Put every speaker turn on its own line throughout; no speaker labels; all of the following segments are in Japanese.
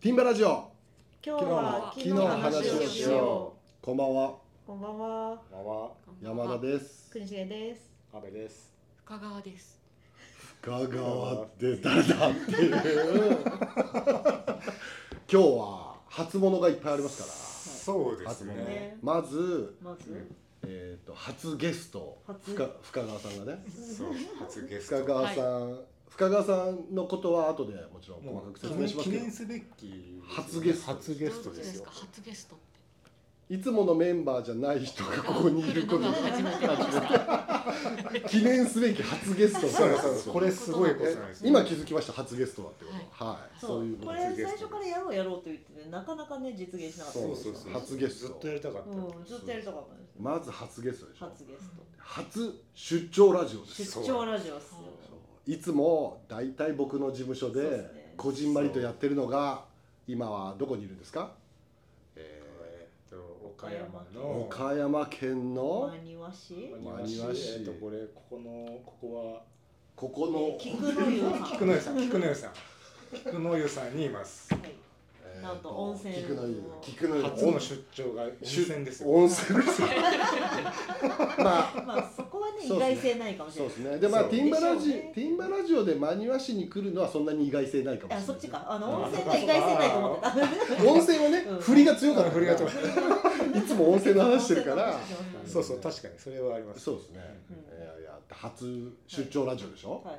ティンバラジオ
今日は
昨
昨
日
日
の
の
話
話
を
を
し
し
よ
よ
うこんばんは
う。こんばんは、
こんばんは、
山田です
くんしげです。
阿部です。
深川です。
ガガって誰だっていう今日は初物がいっぱいあります
そう
か
で
ら
す
初物
ね。
ねまず、
まず、
えー、と初ゲスト
初
深深川さんがね
そう、初ゲス
深
ト。
川さん、深川さんのことは後でもちろん細かく説明します
記
けど
念すべき
初ゲスト
初ゲストですよ
どういうこと。初ゲストって。
いつものメンバーじゃない人がここにいること
が初めてなんですか。
記念すべき初ゲスト
そうそうそう、これ
え
すごいことなんですよ。
今気づきました初ゲストだってことはい、
そ
そう
う
いう
こ
こと
れ
です
最初からやろうやろうと言っててなかなかね実現しなかった
そう
です
そ
よ
うそう、
初ゲスト
ずっとやりたかった。
うん、ずっとやりたかったんですよ。
まず初ゲストでしょ
初ゲスト。
初出張ラジオです
そう
出張ラジオっすよ。
いつも大体僕の事務所
そう
で
ですね
こじんまりとやってるのが今はどこにいるんですか、え
えーっと、岡山
ー
の。
岡山県の
マニワ市。
山
真庭市
市。えーっと、これ、ここの、ここ
ここの、
菊の湯
は。
は
菊の湯さん、菊の湯さん。菊の湯さんにいます。
い。
えー
なんと温泉
菊の湯菊の湯
初の出張が温泉ですよ。
温泉ですよまあ
まあそこはね意
そうですね
外性ないかもし
そう
れ
で
ない
す。ねでまあ
そう
ティンバラジ、
でしょうね
ティンバラジオで真庭市に来るのはそんなに意外性ないかもしれ
あ
ない
そっちか。あ
あ
の温泉は意外性ないと思ってた。
温泉はね、
うん
振りが強かった
振りが強か
いつも温泉の話してる から
そうそう、確かに、それはあります。
そうですね、
うん
えーいや初出張ラジオでしょ、
はい。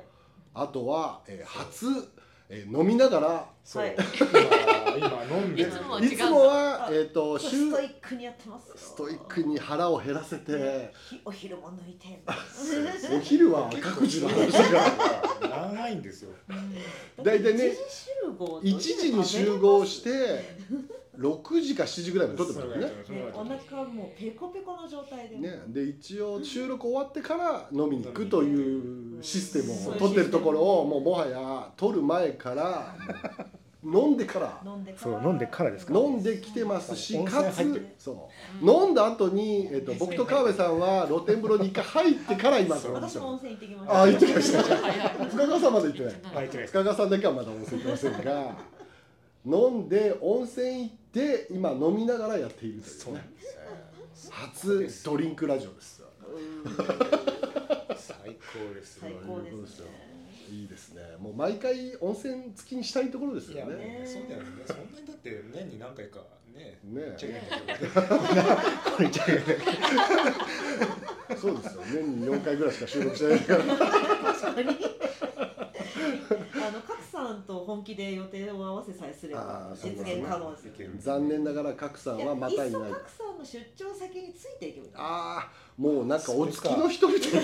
あとは、えー初、えー飲みながら
そう
はい
今、今飲んで。
いつもは違
い
うんだ
つもは
あ
えっ、と週
ストイックにやってますよ。
ストイックに腹を減らせて
ひお昼も抜いてんの
お昼は各自の 話だから
長いんですよ。
大体ね
一時集合
1時に集合して6時か7時ぐらいまで撮ってもらうよね
ねお腹もうペコペコの状態で
ねで一応収録終わってから飲みに行くというシステムを取ってるところをもうもはや取る前からもう飲んでから
飲んで
そう飲んでからですか
飲んできてますし
温泉
かつ
入って
る
そう飲んだ後にえっと僕と川辺さんは露天風呂に一回入ってから今
そう
の
私も温泉行ってきました
あ行ってきました
早い。
深川さんまで行ってない
あ、言ってないですか。
深川さんだけはまだ温泉行ってませんが飲んで温泉行って今飲みながらやっているというね
ですよ。
初ドリンクラジオです
うん
最高ですよ
最高ですね
いいですねもう毎回温泉付きにしたいところです
い
よ
や
ね
ね、そうだよね。そんなにだって年に何回かね、
ね
チェック
そうですよ年に4回ぐらいしか収録してないから
確かにあの角さんと本気で予定を合わせさえすれば
あー
実現可能ですよ
そうですね
残念ながら角さんはま
いや
た
いっ
い
そ
な
角
い
さんの出張先についていけばいい
ああもうなんかお付きの人みたいな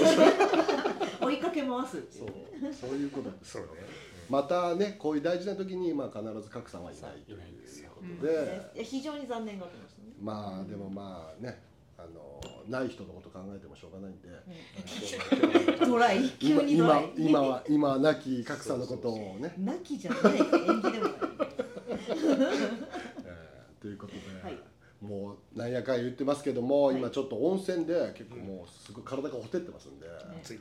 追いかけ回すってい
そううそういうことです
そうね。
またねこういう大事な時に、まあ、必ず角さんはい
さ
ない
あ
と
いないんですよ。
いうことで、
ねいや非常に残念がってましたね
まあでもまあねあのない人のこと考えてもしょうがないんで
ドライ急
今
にドライ
今今は今は亡き格差のことをね
泣きじゃない演技でもない
えーということで、
はい
もうなんやかんや言ってますけども、
はい
今ちょっと温泉で結構もうすごい体がほてってますんで、
つい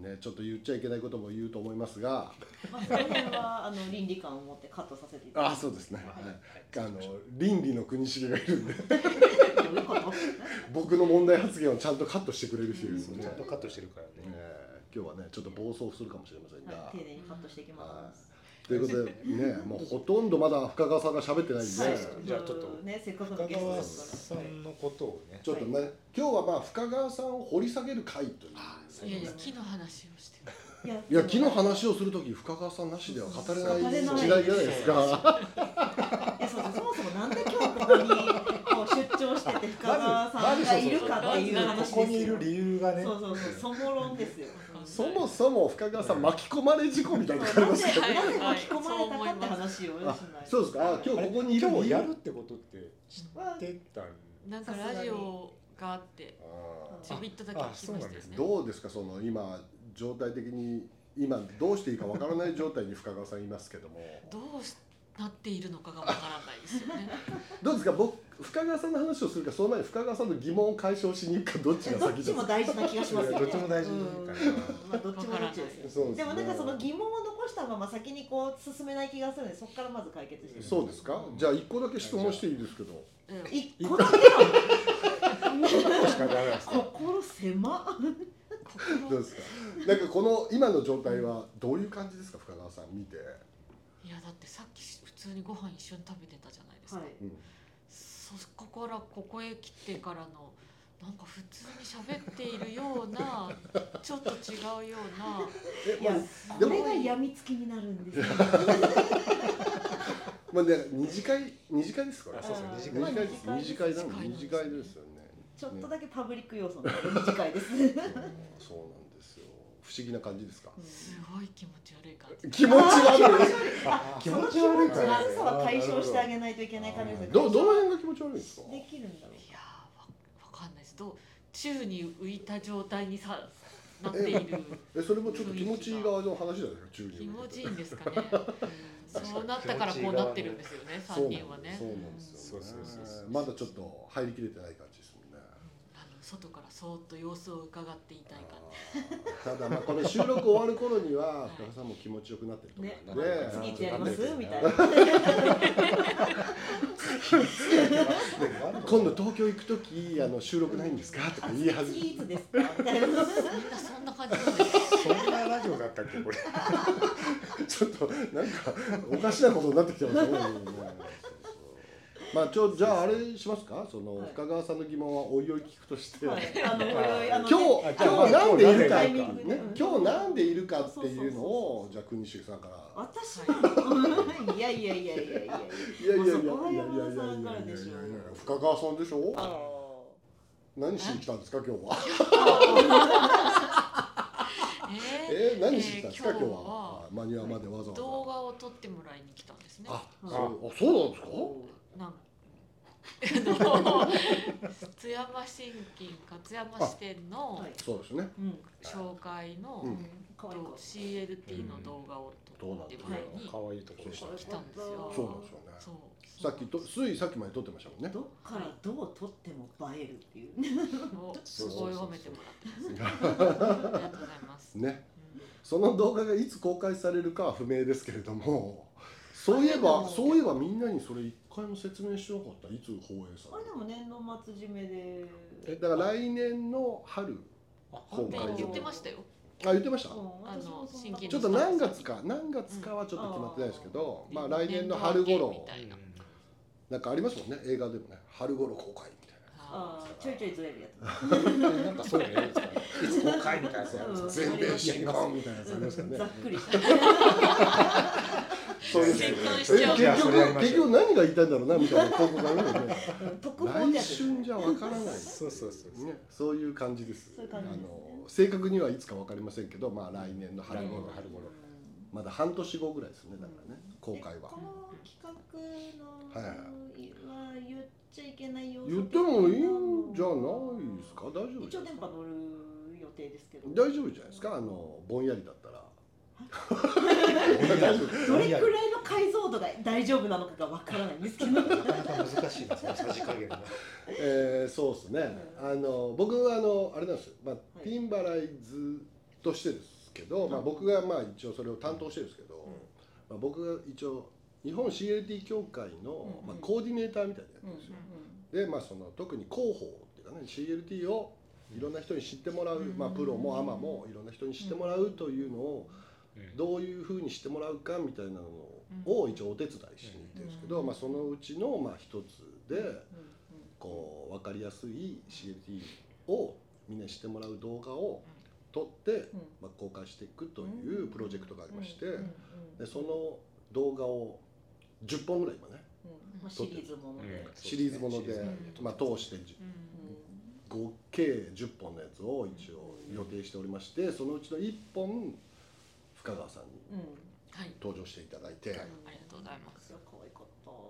ねちょっと言っちゃいけないことも言うと思いますが
まあその辺はあの倫理観を持ってカットさせていただ
ああ
きます
そうですね、はいあの倫理の国重がいる んで
どういうこと
僕の問題発言をちゃんとカットしてくれる人いるんですよね
ちゃんとカットしてるからね。
えー今日はねちょっと暴走するかもしれませんが、
はい丁寧にカットしていきます
ということでねもうほとんどまだ深川さんが喋ってないんで、
はい
じ
じ
ゃ
ゃ
あちょっ
あちょっ
と
と
ねせっかくの
深
ゲスト
川
です
さ
から
んのことをね、
ちょっとね、今日はまあ深川さんを掘り下げる会という
いやいや、木の話をしてる。
いや
いや昨日話をする時深川さんなしでは語れ
語
ない
れない
時代じゃないですか
いやそうそうそもそもなんで今日ここにこう出張してて深川さんがいるかっていう話
ま
で
ず
すよ
ここにいる理由がね、
そうそうそうそもろんですよ
そもそも深川さん巻き込まれ事故みた
ないん
な
で
の
な
があります
ぜ巻き込まれたかって話をしない
あそうですかあ今日
あれ
ここにいる
今日やるってことって知ってたん
なんかラジオがあって、ちょ
あ
びっとだけ聞きましたよね。
どうですかその今状態的に今どうしていいかわからない状態に深川さんいますけども
どうしなっているのかがわからないですよね。
どうですか僕深川さんの話をするかその前に深川さんの疑問を解消しに行くかどっちが
ど
先
っ
です
ちも大事な気がします
いや
よ
どっち
ね
も大事かな
まあどっちもどっちですよ
そうですね
でもなんかその疑問を残したまま先にこう進めない気がするんでそこからまず解決して
そうですかじゃあ一個だけ質問していいですけど
うん
一個だけなの
仕方ないですね
心狭っ
どうですかなんかこの今の状態はどういう感じですか深川さん見て、
いやだってさっき普通にご飯一緒に食べてたじゃないですか、
うん
そこからここへ来てからのなんか普通に喋っているような ちょっと違うような
え
いや
まあ
これが病みつきになる んですよ
まあね、二次会二次会ですか
あそうそう
あー
二次
二
会
次会です
二
二
次
次
会
会
で
な
す
の二次会ですよね
ちょっとだけパブリック要素の短いです、ね、
うんそうなんですよ不思議な感じですか
すごい気持ち悪い感じ
気持ち悪い
あ気
その
持
気
ち悪い
持
か
ち
ら
悪さは解消してあ
る
げないといけない感じですね
どどの辺が気持ち悪いんですか
できるんだろう
いやーわわかんないですどう宙に浮いた状態にさなっている
えそれもちょっと気持ち側の話じゃないですか中
気
に
持ちいいんですかね、うんそうなったからこうなってるんですよね
そうなん
3
で
人はね
すそうなんですよね
そうそうそうそう
まだちょっと入りきれてない感じですもんね
あの外からそーっと様子を伺っていたい感
ただまあこの収録終わる頃には深川さんも気持ちよくなってると思うんで、
ね
次いつやりま
ね
すみたいな
今度東京行く時あの収録ないんですかとか言い始
次い
め
つですかみたいな
じみんなそんな感じなんですか
そんなラジオだったっけこれ
ちょっとなんかおかしなことになってきてますね。まあちょじゃああれしますかその、
はい
深川さんの疑問はおいおい聞くとして、
はいあのこれをあの
今日
あじゃあ
今日なんでいるか
タ
ね
イミングでうん
今日なんでいるかっていうのをじゃあ国重さんから
私はいやいやいやいやいや
いやいやいやいやい
そこ
や
は
いやいや
山田さん
い
か
や
ら
い
で
や
しょ
いや深川さんでしょ
あ
何しに来たんですか今日はえ
えー
ー何しに来たんですか、
え
今
ー
日
今日
は
は
はいマニュアまでわざわざ
動画を撮ってもらいに来たんですね。
あ
は
そ
いう
あそうなんですか
なんあの津山信金勝山支店の
はい
そうですね
うん
紹介の、
うん
可愛い子
CLT の動画を撮ってもらいに
可愛いところでした
来たんですよ。
そうなんですよね
そう
さっき とついさっきまで撮ってましたもんね
どっからどう撮っても映えるっていうね
をすごい褒めてもらってます。ありがとうございます。
ね
うん
その動画がいつ公開されるかは不明ですけれどもそういえ
あで
ば
も
そういえばみんなにそれ一回も説明してなかったいつ放映さ
あれでも年度末締め
れる
で
だから来年の春公
で
開
言っ
予
て
定
ましたよ。
あ言ってました
うん
あの
私もそん
新
な
規
ちょっと何月か何月かはちょっと決まってないですけど、
うん
まあ
うん
来年の春頃
みたいな
なんかありますもんね映画でもね春頃公開みたい
あ
あーちょいちょいずれるやつ
なんかそういうのやるんですかいつ公開みたいなやつやるんです
う
か
ん
な全米新刊みたいなやつありました
う
よ
ん
ね
ざっくりした
そうですね
全巻
え
しちゃう
結局結局何が言いたいんだろうなみたいな広告があるよね
特報って
来
やつ
春じゃわからない
そうそうそうそう
ね、そういう感じです。
そういう感じですね
あの正確にはいつかわかりませんけど、まあ来年の春
来年
頃
の、春頃
まだ半年後ぐらいですね。だからね
うん、
公開は
こ。の企画の、
はいはい
は言っちゃいけないよ
言ってもいいんじゃないですか。大丈夫
一
じゃ
応
ない
電
です
波
か。
乗る予定ですけど
大丈夫じゃないですか。あのぼんやりだ ったら。
どれくらいの解像度が大丈夫なのかがわからないんですけど
なかなか難しいですねさじ加減が
えー、そうですね。あの僕はあのあれなんですよ。まあ
い
ピンバライズとしてですけど、まあ僕がまあ一応それを担当してるんですけど、まあ僕が一応日本 CLT 協会の
うん
まあコーディネーターみたいなやつですよ。
うん
で、まあ、その特に広報っていうかね CLT をいろんな人に知ってもらう、
うん
まあ、プロもアマもいろんな人に知ってもらうというのをどういうふうにしてもらうかみたいなのを
うん
一応お手伝いしに行ってるんですけど、
うん
まあ、そのうちのまあ一つで
うん
こう分かりやすい CLT をみんなに知ってもらう動画を撮って、
うん
まあ、公開していくというプロジェクトがありまして
うんうんうん
でその動画を10本ぐらい今ね、
うんまあシリーズもので、
シリーズもので、
うん
まあ、通して10
うん
合計10本のやつを一応予定しておりましてそのうちの1本深川さんに
うんうん
はい。
登場していただいて、
ありがとうございます。
可愛かっ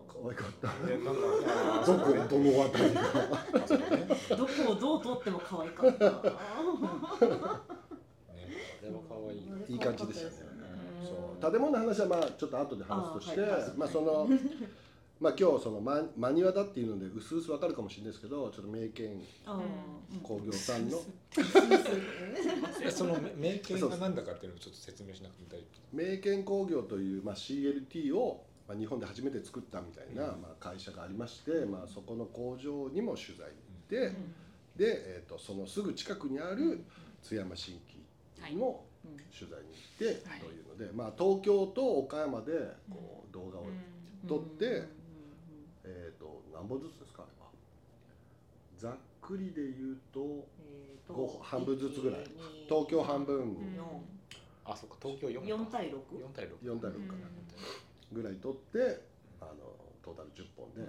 可愛かった
なんか
どこどのあたりが
たどこをどう撮っても可愛 かった
ね、あれは可愛い。
いい感じでしたね
うん
そう建物の話はまあちょっと後で話すとして
あはいはい
まあそのまあ今日その ま間にわたっていうので薄々わかるかもしれないですけどちょっと名犬
あーうん
工業さんの
えその名犬が何だかっていうのをちょっと説明しなくても大丈
名犬工業という、まあ、CLT を、まあ、日本で初めて作ったみたいな、
うん
まあ、会社がありまして、まあ、そこの工場にも取材行って、
ん
で、えー、とそのすぐ近くにある津山新規も
うん
取材に行って、
はい
というので、まあ、東京と岡山でこう動画を、撮って
うんうん
えー、と何本ずつですかあれはざっくりで言うと
えーと
ご半分ずつぐらい
1
東京半分
うん
夫あそっか東京四
四対六。
四対六
4対6かなぐらい撮ってあのトータル10本で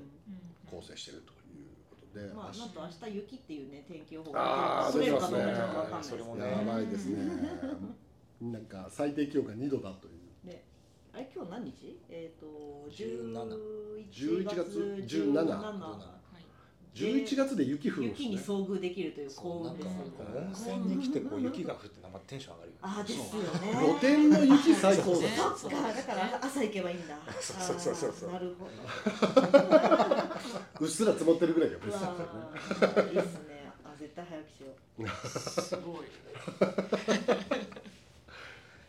構成してるということで、
うんまあなんと明日雪っていうね天気予報
あー
取れるかどう
出
か
て
ち
ますね
ょっとわかんないですけど
それもね
やばいです ね。なんか最低気温が2度だという。
ねあれ今日何日？えっ、と
11
11
月17
17
11月で雪降るんです
雪
ね
に。遭遇できるという
そう
幸
なん
運で
か
す。
この温泉に来てこう雪が降ってなんかテンション上がるよね
あーですよ
露
ね。
天の雪最高だ。
ね
そっかだから朝行けばいいん だ。
そうそうそうそうそう
あーなるほど。
うっすら積もってるぐらいよ。
うわーいいっすね。あ絶対早起きしよう。
すごい。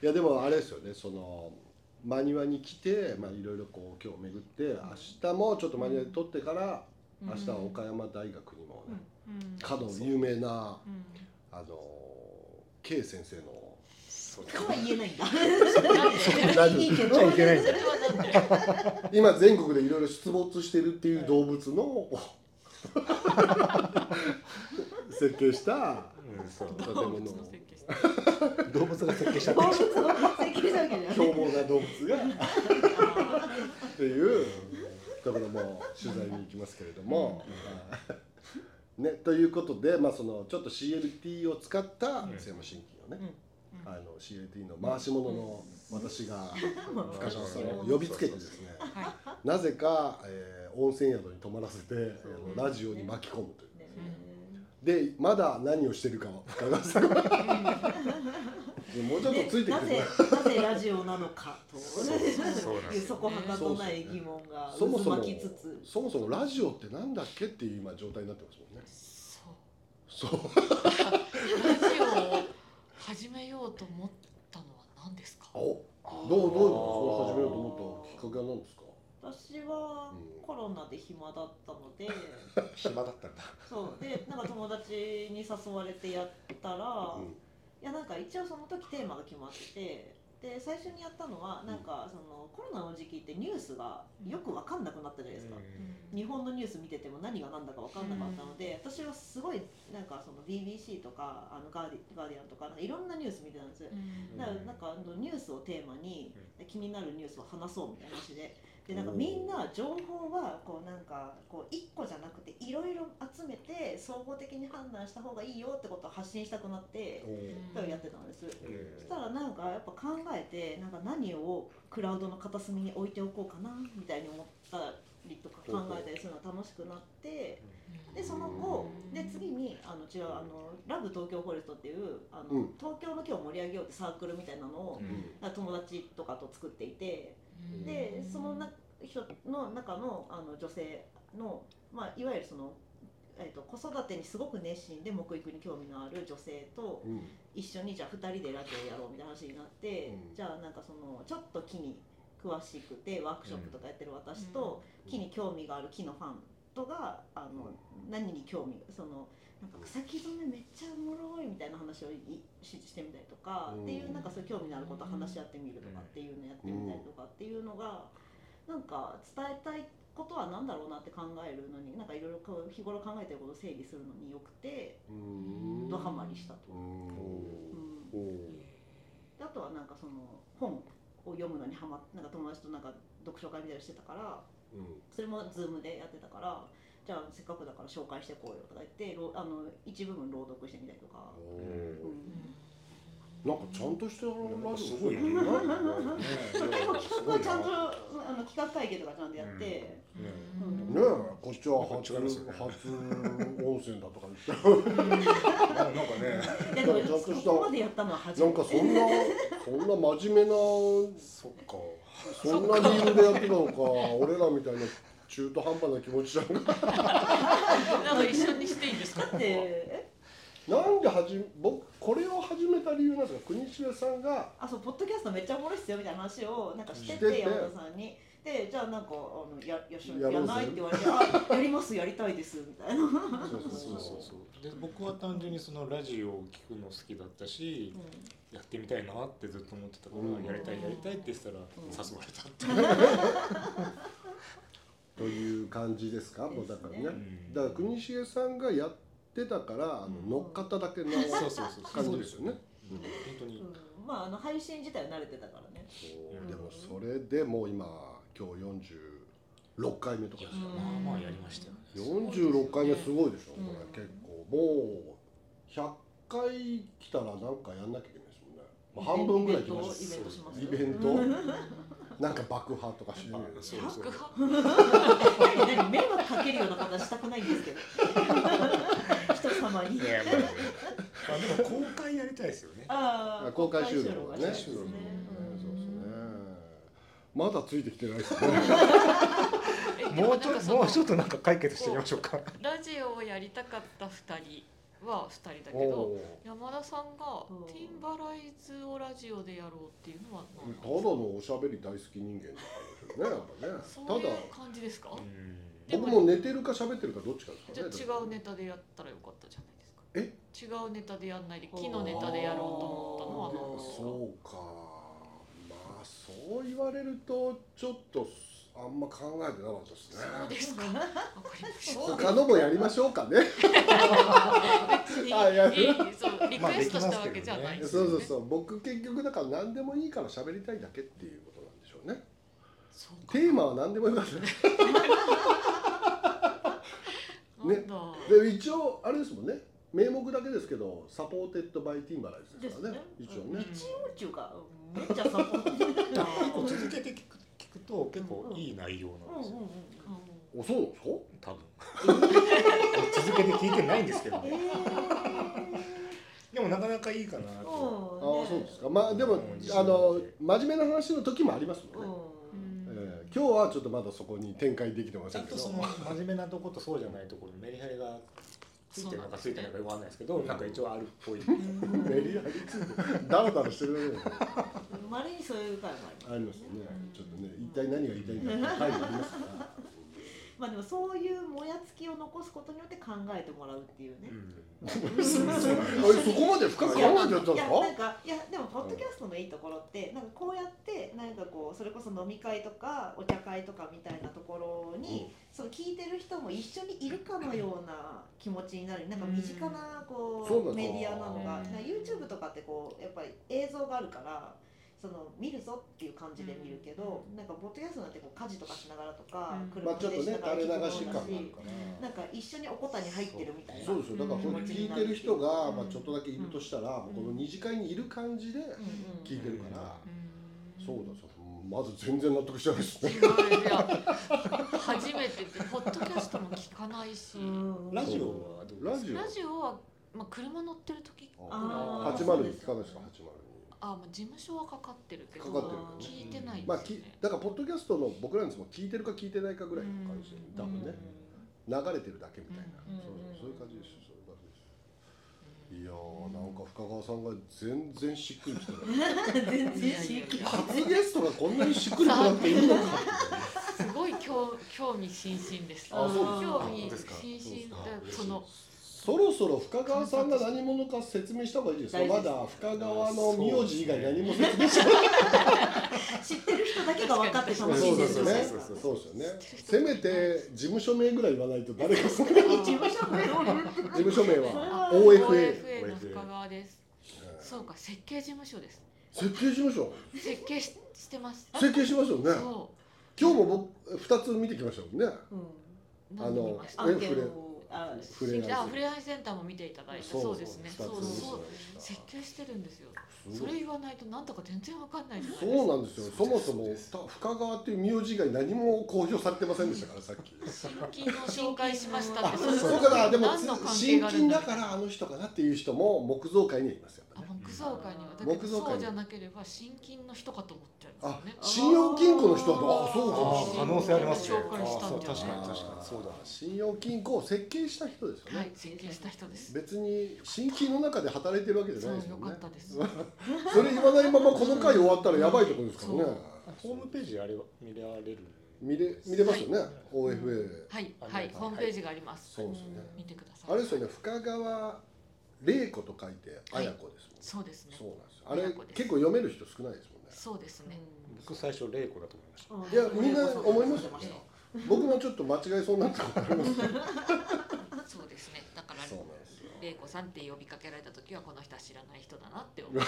いやでもあれですよね。そのマニュアに来て、まあいろいろこう今日巡って、明日もちょっとマニュアで撮ってから、明日は岡山大学にもね、
うん
かの有名な
うん
あの K 先生の
そう
とは言 えないんだ。
なんで
ラジオ
いいけ
言っ
ど
ちゃいけないん
そ
だ
れはなんで
今全国でいろいろ出没してるっていう動物の、 設計した
うんそう
建
動
物
物の設計してる
動物が設計しちゃっ
動
て
物の設計したわけじゃない。
凶暴な動物が
あ
っていうところも取材に行きますけれども。ね、ということで、まあ、そのちょっと CLT を使った
うん
津山新規をね、
ー
あの CLT の回し物の私が
もう
深川さんを呼びつけてですね
はい
なぜか、えー温泉宿に泊まらせて、あのラジオに巻き込むという。
ね
でまだ何をしてるかは深川 さんがもうちょっとついてきて
な
くれ
ぜなぜラジオなのかと
そうなん
い
で
う
す
そこはかとない疑問が
そも
渦
そも
巻きつつ
そもそもラジオってなんだっけっていう今状態になってますもんね
そ
そう
うラジオを始めようと思ったのは何ですか。
おどうどういうことそれ始めようと思ったきっかけは何ですか
私は
うん
コロナで暇だったので
暇だったんだ
そうでなんか友達に誘われてやったら、
うん
いやなんか一応その時テーマが決まっててで最初にやったのはなんかそのコロナの時期ってニュースがよく分かんなくなったじゃないですか、日本のニュース見てても何が何だか分かんなかったので、私はすごいなんかその BBC とかあのガーディガーディアンとかなんかいろんなニュース見てたんですよ、
うん
だからなんかあのニュースをテーマに気になるニュースを話そうみたいな話ででなんかみんな情報はこうなんかこう1個じゃなくていろいろ集めて総合的に判断した方がいいよってことを発信したくなって
お
それをやってたんです。
うん
そしたらなんかやっぱ考えてなんか何をクラウドの片隅に置いておこうかなみたいに思ったりとか
ほうほ
考
う
えたりするのが楽しくなって
うん
でその後
うん
で次にあの違うあのラブ東京フォレストっていうあの、
うん
東京の木を盛り上げようってサークルみたいなのを
う、ん
なんか友達とかと作っていて
うん
でそのな人の中のあの女性の、まあ、いわゆるその、えー、と子育てにすごく熱心で木育に興味のある女性と。
うんうん
一緒にじゃあ2人でラジオやろうみたいな話になって、
うん
じゃあなんかそのちょっと木に詳しくてワークショップとかやってる私と、
うん
木に興味がある木のファンとがあの、何に興味がそのなんか草木染めめっちゃおもろいみたいな話をいししてみたりとか、
うん
っていうなんかそういう興味のあることを話し合ってみるとかっていうのやってみたりとかっていうのが、なんか伝えたいことは何だろうなって考えるのになんかいろいろこう日頃考えてることを整理するのによくて
うん
ドハマりしたと。
うん
うん
お
であとはなんかその本を読むのにハマっなんか友達となんか読書会みたいなのしてたから
うん
それも Zoom でやってたからじゃあせっかくだから紹介してこうよとか言ってろあの一部分朗読してみたりとか、
お
うん
うん
なんかちゃんとしたラ
なんか
ジ
す
オ
ごいね。ね
結構企画はちゃんと
ね
あの企画会議とかちゃんとやっ
ね
て、
えこっちは
こっ
初
ちからですよね
初温泉だとか言って
なんかね、
いやでもそこまでやったのは初
な
め
んか
て
そ んなそんな真面目な
そっか。
そんな理由でやってたのか俺らみたいな中途半端な気持ちじゃん
なんか一緒にしていいんですか
だってえ
なんで始め僕これを始めた理由なんですか国重さんが
あそうポッドキャストめっちゃおもろいっすよみたいな話をなんかして
してて
て山田さんに。でじゃあなんかあのややし
や
や
ろうぜ
ないって言われて「あやりますやりたいです」みたいな、うん
そう
そうそうそう。で僕は単純にそのラジオを聞くの好きだったし、やってみたいなってずっと思ってたから、
うん
やりたいやりたいって言ってたら、誘われたって。
という感じですかもうだからね
です
ね
だから国重さんがやってたからあの乗っかっただけの
そうそうそうそう。
感じですよね
うん。本当に。
うんまああの配信自体は慣れてたからね
そうでもそれでもう今今日46回目とか
い
で
や
すよ
うん
まあまあやりましたよね。
46回目すごいでしょ、
うん
これ結構もう100回来たらなんかやんなきゃいけないですもんね、まあ、半分ぐらい来ま
イ
し
ベントします
イベントなんか爆破とかしてるよね
あそう
爆破
何何迷惑かけるような形したくないんですけど 人様に
いやまあねまあでも公開やりたいですよね。
あー
公開収録はね
公開収録はしたいですね
そううんですねまだついてきてないですね
えでもなんかその
ょっとなんか解決しょうか。
ラジオをやりたかった二人は二人だけど
おう
山田さんが
うん
ティンバライズをラジオでやろうっていうのは何なんです
た
か
だのおしゃべり大好き人間だからでしょうねやっぱ
そう
ね
いう
た
感じですか
だ
で
僕
も
も寝てるか喋ってるかどっちかです
じゃ
か
あ
らね
違うネタでやったらよかったじゃないですかえ違うネタでやんないで木のネタでやろうと思ったのは何ですか
そうかまあそう言われるとちょっとあんま考えてなかったですね
そうですかわかりました
他のもやりましょうかね
別 に
あやる
えーそうリクエストしたわけじゃないです
そ
よ
う
ね
そうそう僕結局だから何でもいいから喋りたいだけっていうことなんでしょうね
そうか
テーマは何でもよかったね
なんだ
で一応あれですもんね名目だけですけどサポーテッドバイティンバライズですからね
です
一
ね
応ね、
一応っていうかめっちゃサポー ト
なんだうん
続けて聞く聞くと結構いい内容なんですよ。
おそうなんですか
多分。続けて聞いてないんですけど
え
ね。でもなかなかいいか
あ
なと。
あ
ー
そうですかまあでも
うん
あの真面目な話の時もあります
う
もんね、
うん
えー今日はちょっとまだそこに展開できてま
ち
せ
ゃ
ん
ん
けど
とその真面目なとことそうじゃないところメリハリがついてるのかついてないのかわかんないですけど、なんか一応あるっぽい。
メリハリついてダラダラしてるだけだよね
んまれにそういう回もあります
ありますよねちょっとね一体何が言いたいんだって回がありますから
まあでもそういうもやつきを残すことによって考えてもらうっていうね、
あれそこまで深く考えてやったんですか
いやなんかいやでもポッドキャストのいいところってなんかこうやってなんかこうそれこそ飲み会とかお茶会とかみたいなところに、その聞いてる人も一緒にいるかのような 気持ちになるなんか身近なこ
そう
う、
だそう
メディアなのが
うん
なんか YouTube とかってこうやっぱり映像があるからその見るぞっていう感じで見るけど、なんかポッドキャストなんてこう家事とかしながらとか、
うん
まあ
車
ちょっ
運
と
転
ね
しなが
垂
ら
れ流し感が
聞くこともだ
あ
し
るから
なんか一緒におこたに入ってるみたいな。
そうですよだからその聞いてる人が、まあ、ちょっとだけいるとしたら、もうこの二次会にいる感じで
うんうん
聞いてるから、
うん
そうだそうまず全然納得してないですね
違ういや初めてでポッドキャストも聞かないし
うん
ラジオはどう
ラ
ですか。
ジオ
ラジオは、まあ、車乗ってる時
あー
八マルに聞かないですか八マ
あ、まあ、事務所はかかってるけど
かかってる
けどね
聞いてない
に
ん
まあ
ですよ
き
ね、
だからポッドキャストの僕らにも聞いてるか聞いてないかぐらいの感じで
うん
多分ね流れてるだけみたいな、
うん
そうそうそういう感じですよそういう感じです
うん
いやーなんか深川さんが全然しっくりきてない
全然刺激
初ゲストがこんなにしっくりこなくていいのか
すごい興興味津々です
あ
そうですか
興
あそう
味
ですか
津々
そう
で
ですか
その
そろそろ深川さんが何者か説明した方がいいですよ
大事
ま
です
だ深川の名字以外何も説明して
知ってる人だけが分かっ
な
て楽
い
し
そ
ん
う
で
で
る
す
状
よ
態
ね
ですから
そうですよねせめて事務所名ぐらい言わないと誰か事
事務所名を言ってない
務所名は
あ
OFA
OFA の深川ですそうか設計事務所です
設計しましょ
設計ししてます
う設計しましょうね
そ
今日も僕2つ見てきましたもんね
うん
う
あの
何見ました
案件をあ
触れ合い
じゃあふれあいセンターも見ていただいて
そう
そうですね
そ
そうう
二
そ
つ
う
ずつ
設計してるんですよ
す
そ
ご
れ
い
言わないとなんだか全然わかんないじゃない
そうなんですよそもそも
そうです
た深川っていう名字以外何も公表されてませんでしたからさっき
新規の紹介しましたって
そう
そ
そう
うからでも
何の関係
新
がある
金
んだ
だからあの人かなっていう人も木造界にはいますよ
あ
ね
木造会にはだけ
木
ど
造会
そうじゃなければ新金の人かと思っちゃいます
あ
よね
信用金庫の人はあ
あー
そうかもしれない
可能性ありますね
紹介したんじゃない
あーそう確かに確かにそうだ
信用金庫を設計した人ですよね、
はい設計した人です
別に新金の中で働いてるわけじゃ
そ
な
う
いです
よ
よ
か
ね
ったです
それ言わないままこの回終わったらやばいところですからね
ホームページあれは見られる
見れ見れますよね、
はい
OFA、
はい
あの
はいホームページがあります
そうですよね
見てください
あれですよね深川玲子と書いて綾子ですもんね、
そうですね
そうなんですよあれ
綾子です
結構読める人少ないですもんね
そうですね
僕最初玲子だと思いました
うん
いやみんな思いますよ
思ってした
僕もちょっと間違えそうになったことあります
そうですねだから
そうなんですよ
玲子さんって呼びかけられた時はこの人は知らない人だなって 思う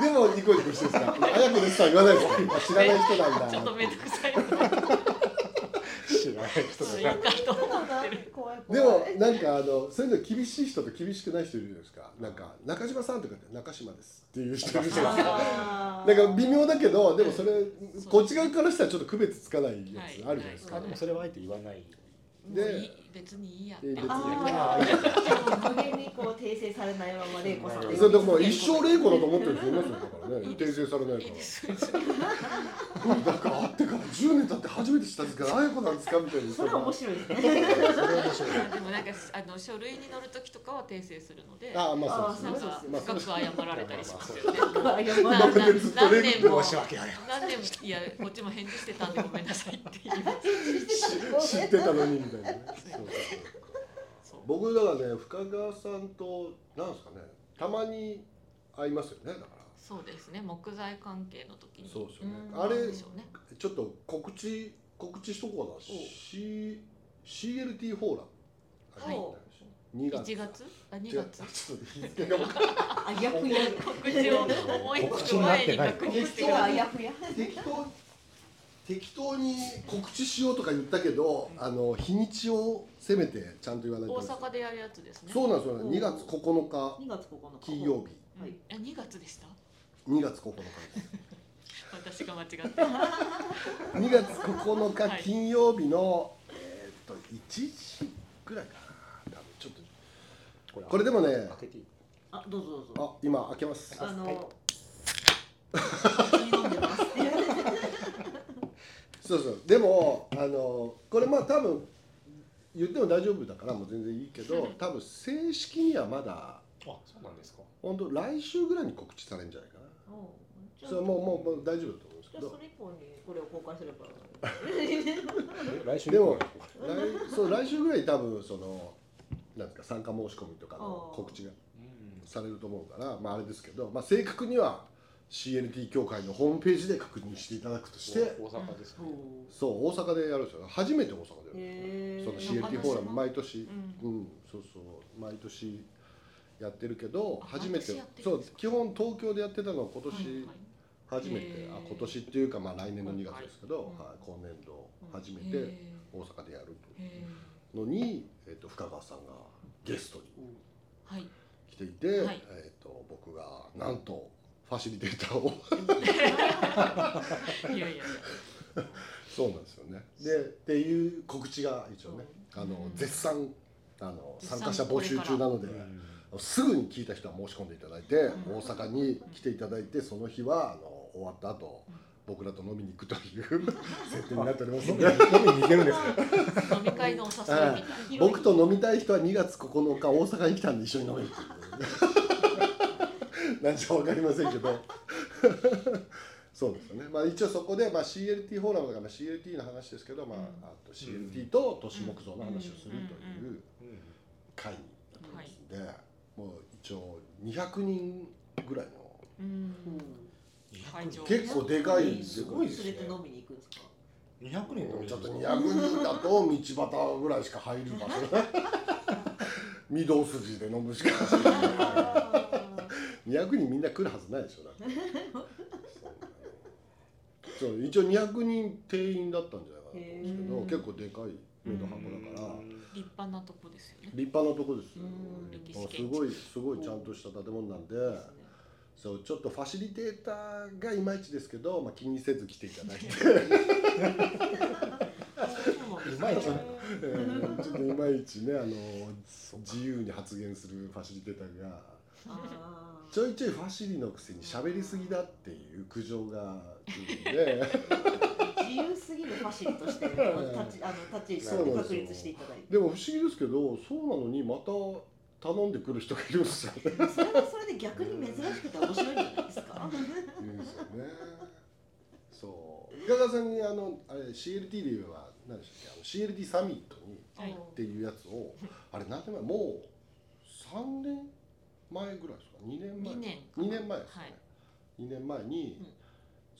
でもニコニコしてさ「綾子です」とは言わないですよ知らない人なん
ちょっと
だ
面倒 くさいな
知らない人
そう
じ
い
ゃ
うかと思
そう
っ
だ
てる
怖い怖い
でもなんかあのそういうの厳しい人と厳しくない人いるじゃないですかなんか「中島さん」とかって「中島です」っていう人いるじゃないですか
あ
な
ー
んか微妙だけどでもそれこっち側からしたらちょっと区別つかないやつあるじゃないですか、
あでもそれはあえて言わな
も
い
うい
で
い別にいいやっ
えー
て
別に
あ
あ
ー無限にこう訂正されないまま玲子さん
それでもう一生玲子だと思ってる人いますよだからね
いい
訂正されない
いい
か
です
らうんだから会ってから10年経って初めて知ったんですからあや子なんですかみたいな
それは 面白いですね
それは面白い
でもなんかあの書類に載る時とかは訂正するので
ああまあ
あ
そう
なん
ですね
か
まあ
深く謝られたりしますよね。
謝ら
な
れ
な
僕でずっと
何年も
申し訳あり
何年もいやこっちも返事してたんでごめんなさいっていう。
知ってたのにみたいなねそうそうそう僕だからね深川さんとなんですかねたまに会いますよねだから
そうですね木材関係の時に。
そうですよね
うん
あれ
でしょうね。
ちょっと告知告知しとこうかな C CLT フォーラムありましたね2
1月あ2
違う
月。
ちょっと日付が分かんない
あやふや
告知を思いつく前に確認してくだ
あ
さい。
やふや
適当適当に告知しようとか言ったけど、あの日にちをせめてちゃんと言わないと
大阪でやるやつですね。
そう
う。
なんですよね
うん
2月9日
2月9日
金曜日
はい。あ2月でした。
2月9日
私が間違って。
2月9
は
日
い
金曜日の、えーっと1時ぐらいかな多分ちょっと
これ
これでもね
開けていい
あどうぞどうぞ
あ今開けます
あ
はい
の飲んでますって
そうそうでもあのこれまあ多分言っても大丈夫だからもう全然いいけど多分正式にはまだ
あそうなんですか
本当来週ぐらいに告知されるんじゃないかな
じゃあ
それはもうもうもう大丈夫だと思うんですけ
じゃあそ
ど
れ以降にこれを公開すれば
え来週
でも来そう来週ぐらいに多分そのなんですか参加申し込みとかの
あー
告知が
うん
されると思うから、まあ、あれですけど、まあ、正確には CNT 協会のホームページで確認していただくとして
大阪ですね
そう大阪でやるんですよ初めて大阪でやる
へえ
その
知り合い
CNT フォーラム毎年
うん。
うんそうそう毎年やってるけど
あ
初めて
毎年やってる
そ
ん
う
ですか
基本東京でやってたのは今
はい
年
はい
初め
へ
て
ー
あ今年っていうかまあ来年の2月ですけど
今、回
はい、今年度初め
へー
て大阪でやる
へー
とのに、えっと深川さんがゲストに
はい。
来ていて、
はい
えっと僕がなんとファシリテーターを
いやいやいや。
そうなんですよねでっていう告知が一応ね
うん
あ
う
の
ん
絶賛あの
絶賛
参加者募集中なので。すぐに聞いた人は申し込んでいただいて、
ん
大阪に来ていただいてその日はあの終わった後、
うん
僕らと飲みに行くという 設定になっておりますので
飲みに行けるんですか
飲み会のお誘いみたいな。
僕と飲みたい人は2月9日大阪に来たんで一緒に飲める っていうなんじゃわかりませんけど そうですよね、まあ、一応そこで、まあ、CLT フォーラムだから、まあ、CLT の話ですけど、まあ
うん、
あと CLT と都市木造の話をすると
うんう
いう会になってますんで、もう一応200人ぐらいの
うん。会場
結構でかい
す
ごい
連れて飲みに行くんですか
200人飲みに
ちょっと
行
200人だと道端ぐらいしか入る場所 御堂筋で飲むしか200人みんな来るはずないでしょだって そう一応200人定員だったんじゃないかなと思うんですけど、も結構でかい目の箱だから、
立派なとこですよね。
立派なとこですよ、
うん
立派すごいすごいちゃんとした建物なんで、
ですね
そうちょっとファシリテーターがいまいちですけど、まあ、気にせず来ていただいて、
あそうなんですね
いまい
え
ち
ーちょっといまいちねあの自由に発言するファシリテーターが
あー
ちょいちょいファシリのくせに喋りすぎだっていう苦情が来るんで
自由すぎるファシリとして立ちあの立ち位置
そうなんですよ
を確立していただいて
でも不思議ですけどそうなのにまた頼んでくる人がいるんですよね。
それはそれで逆に珍しくて面白いんじゃないですか。
いるんですよねそう深川さんにあのあれ CLT で言えば何でしたっけあの CLT サミットに
はい
っていうやつをあれ何年前もう3年前ぐらいですか2年前
二年
二年前ですね、
はい
2年前に、
うん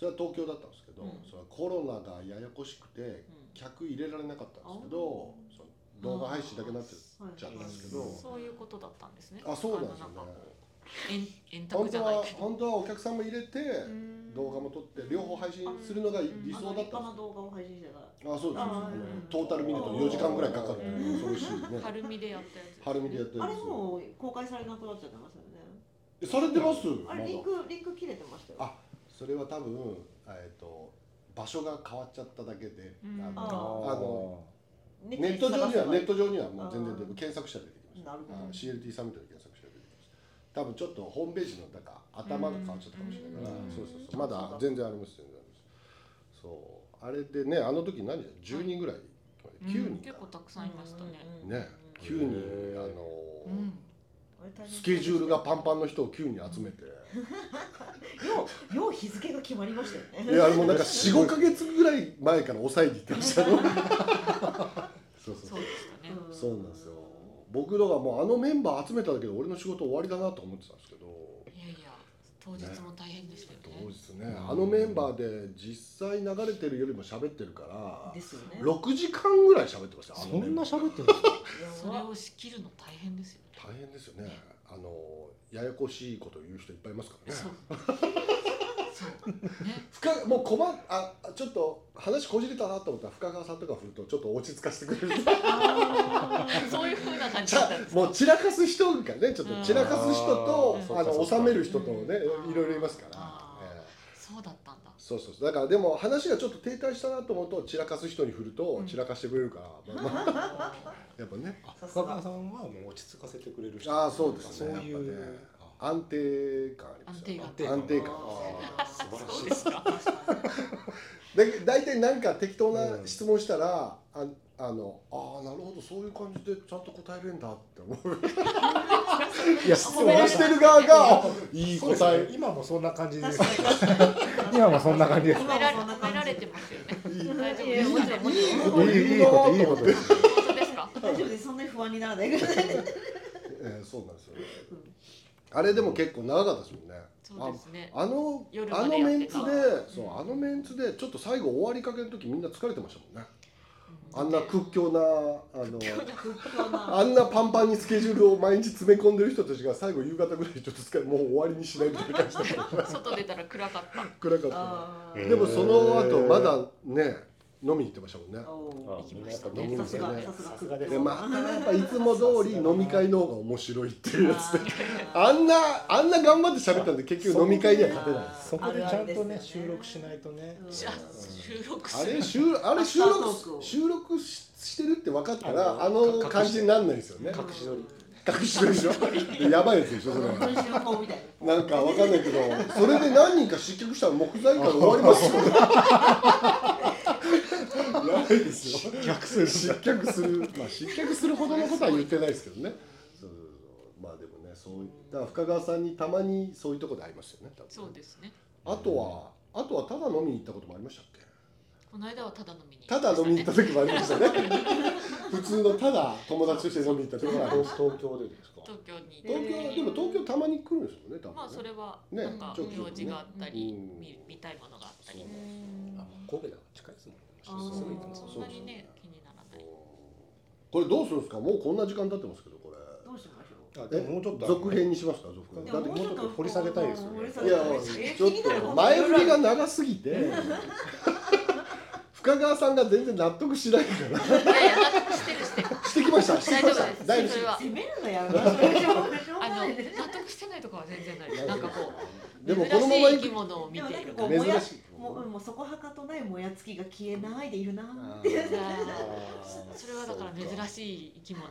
それは東京だったんですけど、
うん
それはコロナがややこしくて客入れられなかったんですけど
あ
その動画配信だけになって
うん
ちゃったんですけ
う
ど
ん
そういうことだったんですね。
あそうなんですよね
あのなんかこう円円卓
本当
じゃない
は
けど。
本当はお客さんも入れて
うん
動画も撮って両方配信するのが理
あ
想
の
だ
立
った
派
んですよ
な動画を配信してた。
あそうです
あ
うんトータル見ると4時間ぐらいかかる
うん
恐ろしいね
はるみでやったやつ。
はるみでやってるん
あ
で
れ
すよ
もう公開されなくなっちゃってますよね。
えされてます
あ
まだ
れリンクリンク切れてましたよ。
あそれは多分えっと場所が変わっちゃっただけで
うん
あ
あ
の
あの
ネ
ネット上にはネッ
ト
ト上にはもう全然出て
あー
検索したら出てきました
なるほど
あー CLT サミットで検索したら出てきました多分ちょっとホームページのなんか頭が変わっちゃったかもしれないから
うん
そうそうそうまだ全然あります全然ありますそうあれでねあの時何人10人ぐらい
う
9
ん
人
結構
か
たくさんいましたね。
ね
うん
9人
へー
あの
う
ー
ん。
スケジュールがパンパ
ン。
ンの人を9人集めて
ようよう日付が決まりましたよね。
いやもうなんか45か月ぐらい前から抑えに行ってました ねそうそう
そうでしたね。
ん
そうなんですよ。僕らがもうあのメンバー集めただけで俺の仕事終わりだなと思ってたんですけど
いやいや当日も大変でしたよ
当
ね。
日ねあのメンバーで実際流れてるよりも喋ってるから
ですよね。
6時間ぐらい喋ってましたあ
そ
のメ
ん
ン
な
バー
喋ってるんですか
それを仕切るの大変ですよね。
大変ですよねあのややこしいこと言う人いっぱいいますからね
そう。そう ね。
深もう困っあちょっと話こじれたなと思ったら深川さんとか振るとちょっと落ち着かせてくれ る
そういう風な感じ
ち
だ
ゃ
ったんですか。
もう散らかす人がねちょっと散らかす人と
うん
あの
あーそっかそっか
収める人とね
うん
いろいろいますから、
あー
ええ
そうだったんだ。
そうそうそうだからでも話がちょっと停滞したなと思うと散らかす人に振ると
うん
散らかしてくれるから、まあまあ、やっぱね
あ深川さんはもう落ち着かせてくれる人
ああそうですね
そうい
やっぱ
う
ね安定感ありますよね
安
定感
安定
あ
感
ー素晴らしいです
か。確かに
で大体なんか適当
う
なん質問したら、ああのああなるほどそういう感じでちゃんと答えれんだって思う
いや
質問してる側があいい
そうですね
答え
今もそんな感じで
確
す
かに確かに
今もそんな感じです
褒められ褒められてますよね。
いいいい
大丈夫ですかね。
こと言うなと思って
いいいいこといいことです
本当ですか。
大丈夫です。そんなに不安にならないぐら
え
い。
ーそうなんですよね
うん
あれでも結構長かったですもんね
そうですね。
あの
夜
あ
ま
の
でや
メ
っ
ン
て
ツ
た
で、そうあのメンツでちょっと最後終わりかけの時みんな疲れてましたもんね。あんな屈強なあの
屈強な
あんなパンパンにスケジュールを毎日詰め込んでる人たちが最後夕方ぐらいちょっと疲れもう終わりにしないみたいな感じで
外出たら暗かった。
暗かった
あ
ね。
ー
でもその後まだね飲みに行ってましたもんね。
おー
きましたね
飲みに行
さ
って
す
ね
がさすが
で
で
も
まあやっぱいつも通り飲み会の方が面白いっていうやつで。
あ
あんなあんな頑張って喋ったんで結局飲み会には勝てないです。
そこでちゃんと
あるある
ね
ですよね
収録しないとね
うん
じゃあ収録
あ
する
れ。収あれ収録
アフタートークを
収録ししてるって分かったらあ
あの
の
か
感じになんないですよね
ー
隠し撮り
隠し撮りでしょやばいやつでしょそれ
本当
は
に白鵬みたいな
なんか分かんないけどそれで何人か失脚したら木材館終わりますよやばいですよ
逆する
失脚するまあ失脚するほどのことは言ってないですけどねそうそうそうまあでもねそういだから深川さんにたまにそういうとこで会いましたよね多分
そうですね。
あとはあとはただ飲みに行ったこともありましたっけ
この間はただ飲みに。
ただ飲みに行った時もありました ね普通のただ友達として飲みに行った時もありました
東京でですか
東京に。
東京でも東京たまに来るんですもんね多分ね、
まあそれは
ね
なんか
ちょっとね
用事があったり
うん
見見たいものがあったり
そう
あ神戸だから近いですもんね
あー
そう
すぐ行ってます
そう
そんなにね気にならない
これどうするんですかもうこんな時間経ってますけどこれ
どうしましょ
あで
え
ももうちょっと
続編にしますか続
う
編
で
だってもうちょっと掘り下げたいですよね
掘り下
い
げ
や
たいです
ちょっと前振りが長すぎて深 深川さんが全然納得しないから
いやいや納得してるしてる
してきましたして
大
きま
丈夫
した
です
大
そ
丈
れは
責めるのやめましょうしょうが
あの
ない
納
です
得してないとかは全然ない
夫
ですなんかこう
でもこのままい
珍しい生き
く
物を見ている
でもなん
珍
かこう
しい
もううんもうそこはかとないもやつきが消えないでいるな
あ
っていう
ー
あーそれはだから珍しい生き物を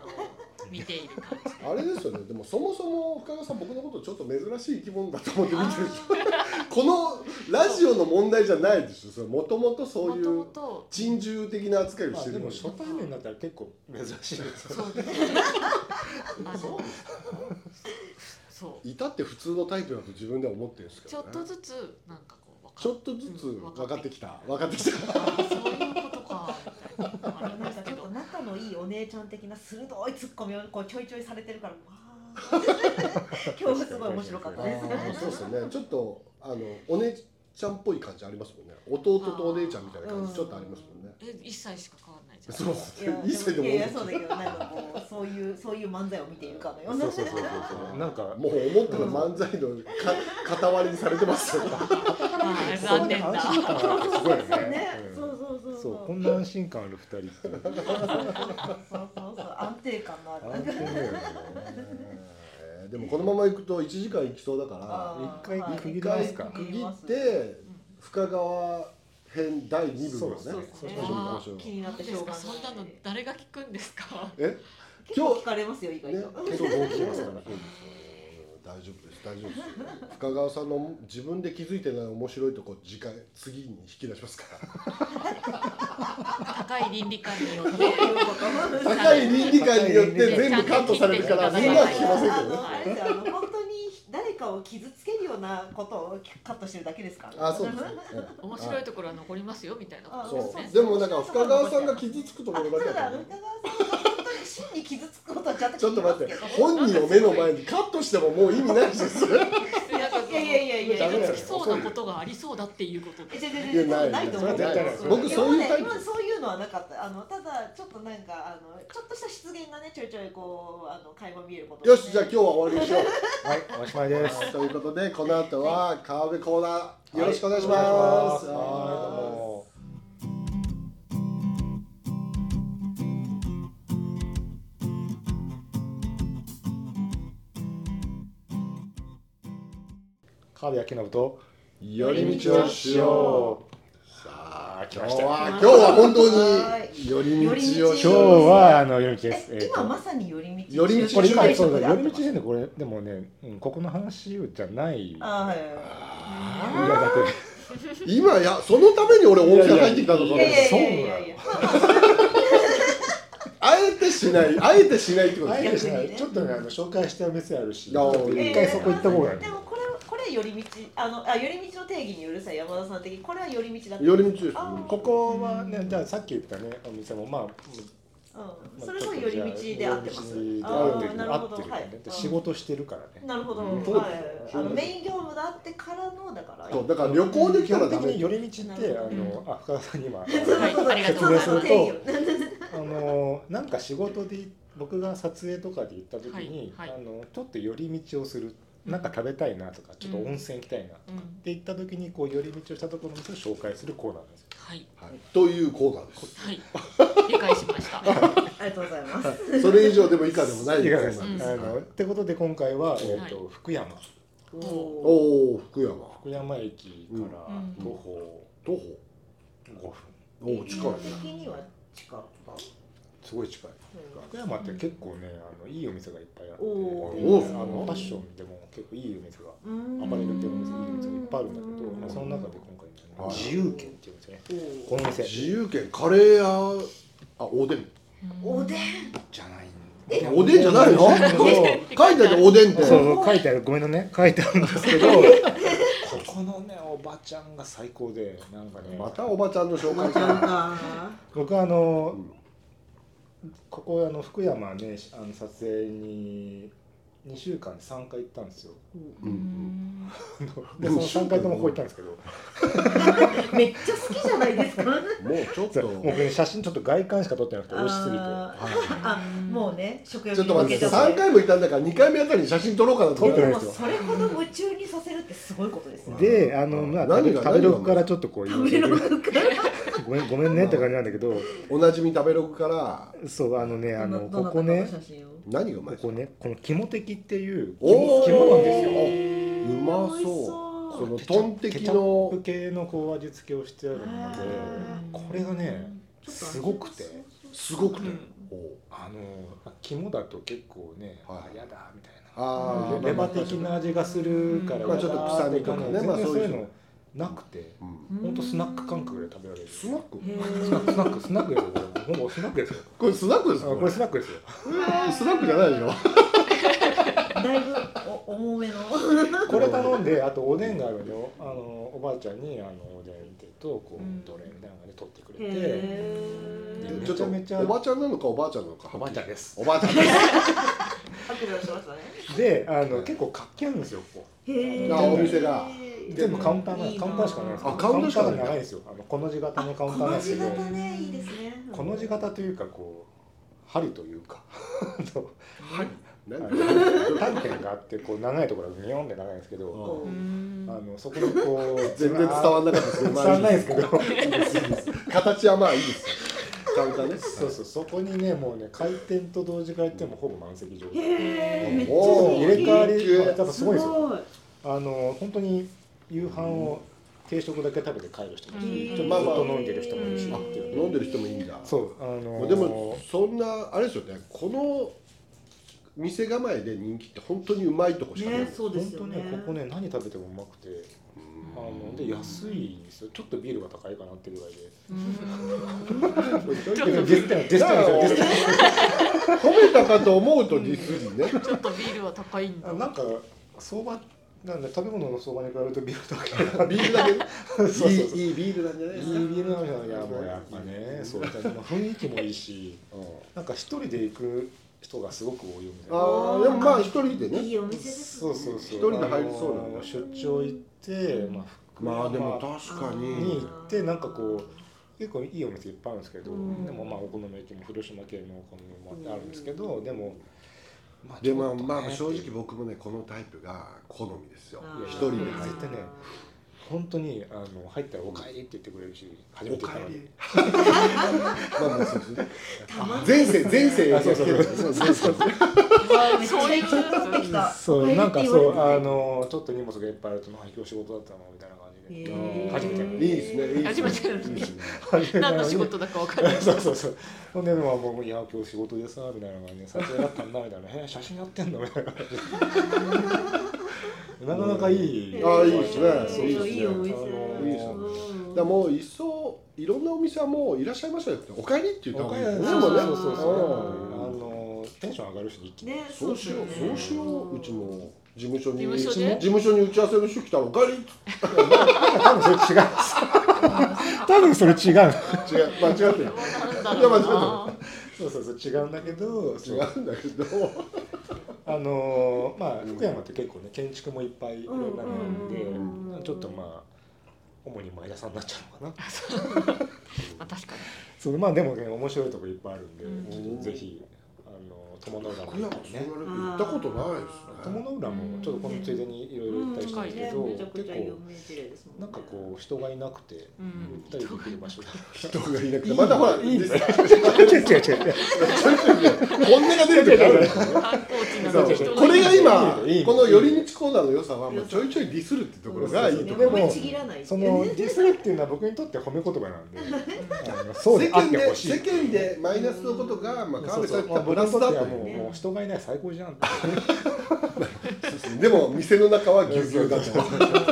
見ている感じ
あれですよねでもそもそも深川さん僕のことちょっと珍しい生き物だと思って見てるでしょ
あ
このラジオの問題じゃないでしょそれもともと
ー
そう
も
い
とも
う
と
珍獣的な扱いを
ま
し
あ
て
で
る
も
の
初対面だったら結構珍しいですよ
そうですあ
そ
の
う
そう
いたって普通のタイプだと自分では思ってるんですけ
ち
ど、
ょ
ね、
っとずつなんかこう分か
ちょ
る
っとずつ
うん
分かってきた分かってきた
あーそういうことかみたいなのがあるん
な
で
ん
す
か
け
ちょっ
ど
と仲のいいお姉ちゃん的な鋭いツッコミをこうちょいちょいされてるからわー 今日はすごい面白かっ
あ
たです
ーそうですよねちょっとあのお姉ちゃんっぽい感じありますもんね弟とお姉ちゃんみたいな感じちょっとありますもんね、
え一切しか変わらないじゃん
そうです
いや
ね一切でも
いやいやそうだけどなんかこうそういうそういう漫才を見ているかのような
そうそうそうそうそう
なんか
もう思ったら漫才のか片割りにされてますよ
あー残念だ
安心感がすごいよね
ね
うん
そうそうそう
そ
そうう
こんな安心感ある二人っていう安
そうそうそう安定感のあるなんか
定だよね
えーでもこのまま行くと1時間行きそうだから
あー
一回
はい
区切
一
りま
回
すか
区切って深川編第2部をね
そう
そうですね
行きましょう
気になっ
なん
て
で
しょ
す
うが
か
ない
そんなの誰が聞くんですか
え
結構聞かれますよ意外
ね
と、
結構大きいますから。大丈夫です大丈夫です深川さんの自分で気づいてない面白いとこ次回次に引き出しますか
高い倫理観によって
ら 高い倫理観によって全部カットされるからみんなは聞きません
あ
けど ね
のあれですよあの本当に誰かを傷つけるようなことをカットしてるだけですから。
あそうですね
面白いところは残りますよみたいなことです
そ
ね
うでもなんか深川さんが傷つくところだけ
あ
だと
そうだ、宇多川さんが本当に真に傷つくことはちゃん
ち
と
ょっと待
聞
っ
き
て
ますけど
本人を目の前にカットしてももう意味ないです よ
なんかこう
いやいやいやいや
気がつきそうなことがありそうだっていうことで
え違う違う違う
ない
ないと思う
そ
れは絶対ない
僕そういうタイプ
今まで今までそういうのはなかったあのただちょっとなんかあのちょっとした失言がねちょいちょいこうあの会話見えること
よしじゃあ今日は終わりにしよう
はいおしまいです
ということでこの後は川辺コーナーよろしくお願いします、
はいどう
はい
も川辺明信と寄
り道をしよ
さあ来
今
ま
日
したよ
は今
今日
日
は
は
本
本
当
当
に
に寄り道をし
今日
よ
はあの寄り道です
え
えっと
今まさに寄り道
寄り道
これ今そう
中
だ
間
寄り道編でこれでもね、うん、ここの話じゃないいや
あはいはい
だって
う今やそのために俺温泉入ってきたの
い
か
はい
ら
やいやい
そう
や
なの
いやいや
あえてしないあえてしないってこと
あ
で
え
すね
てしないちょっとねあの紹介した店あるし、
ああ
一回そこ行った方がいい
で。もこれこれ寄り道あのあ寄り道の定義によるさ山田さん的にこれは寄り道だった
寄り道ですね
あー
ここはね、じゃあさっき言ったね、お店もまあ、
うん、それと寄り道で合ってます
寄り。道で
あ
合って
ー
る
なる
合
ほ
っ
ど、
てるよ
は
ね
い。
で仕事してるからね。
なるほど、
うん
はい、あ
そう
の
です
メイン業務があってからのだから。
そうだから旅行で来
基
たら
本
ダ
的
メ
に寄り道って、あ
うん
の、あ、深田さんに今、
はいありがとうございます
説明する
定義
と
を。
あの、なんか仕事で、僕が撮影とかで行った時に、
はいはい
あの、ちょっと寄り道をする。なんか食べたいなとか、ちょっと温泉行きたいな。
う
っ
ん
て行った時に、こう寄り道をしたところの店を紹介するコーナーなんですよ。
はい
はいというコーナーです
はい理解しました
ありがとうございます。
それ以上でも以下でもない
い
コー
かが
ナ
です
ーです
あのってことで今回は、えっと
は
福山
お
お
お
お福山
福山駅から
うん
徒歩
徒歩
5分、
おお近い
的には近くか。
すごい近い福山って結構ねあのいいお店がいっぱいあって、
お
ーお
あ
ー
のファッションでも結構いいお店が
うん
アパレル系のお店いいお店がいっぱいあるんだけど、
うん
まあ、その中で今回、
はい
ね、自由軒っていうお店ねこの店
自由軒カレー屋あおでん
おおでん。
じゃないん
おでんじゃないの
おでんじゃないんだけど
書いてあるおでんっ
そ
て
うそう書いてあるごめんね 書いてあるんですけ どここのねおばちゃんが最高でなんかね
またおばちゃんの紹介
ちゃん か。
僕はあの、
うん
ここあの福山ねあの撮影に2週間で3回行ったん ですよ
う
うんん
でその3回ともこう行ったんですけど
めっちゃ好きじゃないですか。
うんもうちょっと
僕ね写真ちょっと外観しか撮ってなくて美味しすぎて
あ
は
ーあもうね食欲
いちょっと待って
に負
3
けちゃ
回もいたんだから2回目あたりに写真撮ろうかなと思っ
撮
て
で
ってない
もそれほど夢中にさせるってすごいことですよ。
であの、まあ、食べ
何が
食べログからちょっとこう
食べロ
言う
グから
ごめんごめんねって感じなんだけど
おなじみ食べログから
そうあのねあの
どなた
こ
か
こね
写真を
何がうま
こ
いですか
こねこの肝的っていう
おー
肝肝なんですよ
うま
美味し
そう
そ
そうのトンテキの
ケチャップ系のこう味付けをしてあるので
へ
これがね
ちょっと味
すごくて
すごくて、
う
おう
あの肝だと結構ね、
はい
あやだみたいな
あ
う
あ
ん
レバ的な味がするから、
まあちょっと臭みとかね
全然
まあ
そ
そうう
い
いうう
のなくて
うん
ほんとスナック感覚で食べられる
スナック
へー
スナックスナックスナックですよこれほぼスナックですよ
これスナックです
あ
か
これスナックですよ
うんスナックじゃないでしょ
だいぶお重めの。
これ頼んであとおでんがあるのよあのおばあちゃんにあのおでんってとこう、
うん
どれみたいなので取ってくれて
へ
うん
ー
ちょっと
めちゃめち
お
ゃ
ばちゃんなのかおばあちゃんなのか
おばあちゃんです
おばあちゃんです
白状しましたね。
であの結構活気あるんですよここ
へ
あお
店が
全部カウンターない
いな
カウンターしかないんですけど
あカウンターしかない
カが長いんですよあのこの字型のカウンターなんですけど
この字型ねいいですね。
この字型というかこう針というかあの
何
短点があってこう長いところがニョンって長いんですけど、
うん
あのそこにこ う
全然伝わんなかったです
伝わんないですけど
形はまあいいですカウンターね
そうそうそこにねもうね開店と同時開店もほぼ満席状態
へえめっちゃ
おー
素
入
敵
れ替わ
高級
りやっぱすごいですよ
ごい
あの本当に夕飯を定食だけ食べて帰る人もいるし、
うん
ちょっとずっと飲んでる人もいるし
うん
っていうね
飲んでる人もいいんだ
そうあの
でもそんなあれですよねこの店構えで人気って本当にうまいとこしかない
ねそうですよ
本当
ね
ね。ここね何食べてもうまくてあので安いんですよちょっとビールが高いかなってぐらいで
ち
ち
ょ
ょ
っ
っ
と
と
ディ
ディス
ス
ってないディスってないディスってない
褒めたかと思うとディスりね
ちょっとビールは高いんだ
あなんか相場なんで食べ物の相場に比べるとビール高いな
ビールだけ
そうそうそう
いいいいビールなんじゃない
い
で
い
すか
ビールなんじゃないやもうやっぱねそうだね雰囲気もいいし なんか一人で行く人がすごく多いよみた
あ
いな
あーでもまあ一人でね
いいお店です
そ
ね。
うそうそう
一人で入りそうな
あの出張行ってまあ福
まあ
山
でも確か
に
に
行ってなんかこう結構いいお店いっぱいあるんですけど、
うん
でもまあお好み焼きも広島県のお好みもあってあるんですけど、でもまあ
でもまあ
ちょ
正
っとね
直僕もねこのタイプが好みですよ
あー
一人で入
入
っ
ってね本当にあの入ったら「おかえり」って言ってくれるし初
て
め
お
て行っ
か
た
え
のに
り まあまあそうですね
たまんない
前世前世
あそうそう
そうそうそう
めっちゃいい人になってきた。
そうなんか
帰りって
そ
言
う
われ
あ
てね
のちょっと荷物がいっぱいあると「あ今日仕事だったの」みたいな感じで、
へー
初めて
いいですねいいです
初
ね
めてなんで
いいですね
何の仕事だかわかんない
そうそうそうほんでまあもう「いや今日仕事でさ」みたいな感じで「撮影だったんだ」みたいな「え写真やってんの?」みたいな感じでなかなかいい、
あーいいですね
そう
いいですね
いいお店。
あのー
いいですねだからもう一層いろんなお店はもういらっしゃいましたよっておかえりって言った
お
方
か
が
え
いい
り
で
そう
すね
そう
もうね
そうそう
うん
あのテンション上がるし一気に
ね、
そうしよう
ですね
そうしよううちも事務所に
事務所
事
で
務所に打ち合わせの人来たらおかえりっつっ
多分それ違う多分それ違う
て違う 間違ってる
なんだろうな
そうそうそう違うんだけど
違
そう
うんだけど
あのーまあ福山って結構ね建築もいっぱいいろん
う
なのあ
んうんうんう
るん
ん
でちょっとまあ主に前田さんになっちゃうの
ま
かな
あ確か
そうまあでもね面白いとこいっぱいあるんで、
うん
ちょっとぜひあの友の浦も
福山
ね
そう言われて行ったことないです
友
ね
の浦もちょっとこのついでにいろいろ行ったりしたんですけど、
うんねめちゃく
結
ちゃ有
構
名事例ですもんね。
なんかこう人がいなくて
う
ゆっ
ん
たりできる場所だ、
人がいなくてまたほらいいですね
違う違う違う
本音が出てくる
に観光地な
そ
の
う
に
人が
これが今
いいね
この寄り道コーナーの良さはもうちょいちょいディスるってところがいいと
で
こ
で
ろ
も
もちぎらない。
そのディスるっていうのは僕にとって褒め言葉なんであのそ
世
うであ
間
って
で
ほしい
世間でマイナスのことがまあ川
そう
辺さ
そ
ん言っ
うまあ
たブ
僕
ラ
に
ス
と
だ
って
と
は
思う
もう
ね
もう人がいない最高じゃんって
でも店の中 はぎゅうぎゅうだと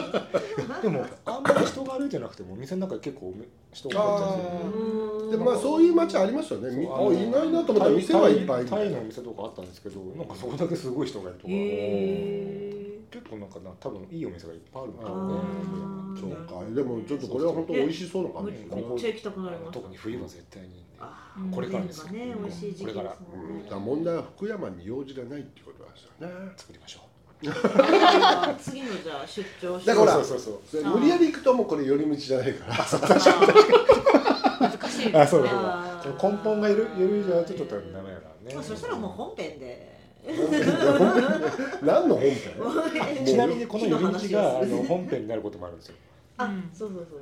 でもあんまり人が歩いてなくても店の中結構人が歩いてたんです
あ
よ
う
でもまあそういう街ありますよねみ
そう
あいないなと思ったら店はいっぱい
タイタイのお店とかあったんですけどなんかそこだけすごい人がいるとか、
へ
結構なんかな多分いいお店がいっぱいあるんだ
あ
ろうね
ー
そうかでもちょっとこれは本当美味しそうな
ー
感
め
じ
っ
かな
ちゃ行きたくなりました
特。に冬は絶対にいいんで
あ
うん
ー
これからですよ
お肉がね美味しい時期ですもんね
これ
だから問題は福山に用事がないってことなんですよね
作りましょう
次のじゃあ出張
だから
そうそうそう
それ無理やり行くともうこれ寄り道じゃないから
難しいですね。
あそうだそうだ
あ
そ
ー
の根本がゆるゆるいじゃちょっとダメだからね
まあそしたらもう本編で
何の本編
ちなみにこの寄り道があ
木の話です
の本編になることもあるんですよ
あ
うん
そうそうそう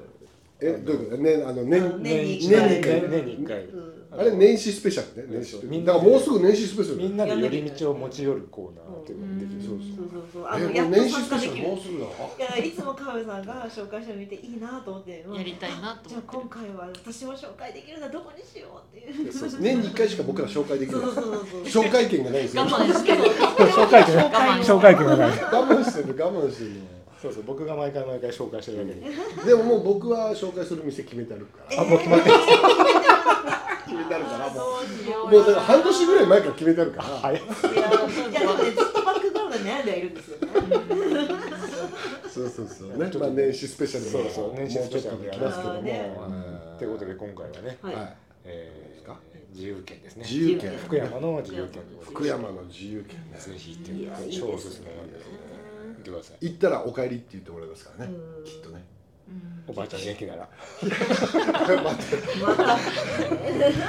えどういうことねあの年
年に一
回
年年に一回
うん
あれ年始スペシャルね年始
みん
だ
な
か
で
らもうすぐ年始スペシャル
みんなで寄り道を持ち寄るコーナーっていうのもできる
うん
そうそうそうあ
え
の
もう
やっと
年始
参
スペ
加で
シャ
きる
ルもうすぐだよ
いやいつも川辺さんが紹介してみていいなと思って
やりたいなと
じゃあ
思って
今回は私も紹介できるのはどこにしようっていう
そうそう
年に1回しか僕ら紹介できな
そ
いう
そうそうそう
紹介権がないんですよ
我慢です けど。
紹介権
我慢
紹介権がない
我慢してる我慢してる
そうそう僕が毎回毎回紹介してるだけで
でももう僕は紹介する店決めてあるか
え
ら
ー
あもう決まって
決めて
決め てあるからも
どうしよ
う
う
もうだから半年ぐらい前から決めてあるから
早い
いやいやでもねずっとバックグラウンドで悩んではいるんですよね
そうそうそうねまあ年始スペシャル
そうそう年始スペシャル
で
で
き
や
ま
ますす
けど
け
も
あ
ども
ーね
ということで今回はね
はい、
はい
え
ですか
ー自由券ですね
自由権
福山の自由券
福山の自由権ね
ぜひ行ってください超おすすめなんで行ってください
行ったらお帰りって言ってもらいますからね
うん
きっとね
うん
おばあちゃん元気なら
待って
また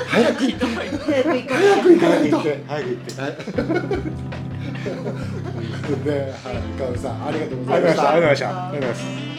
早く
ひどい
早く行か
早く行かないと
て早く行って
ねはい川上さんありがとうござ
あ
いま
りがとうございま
し
したたありがとうございましたありがとうございます
ない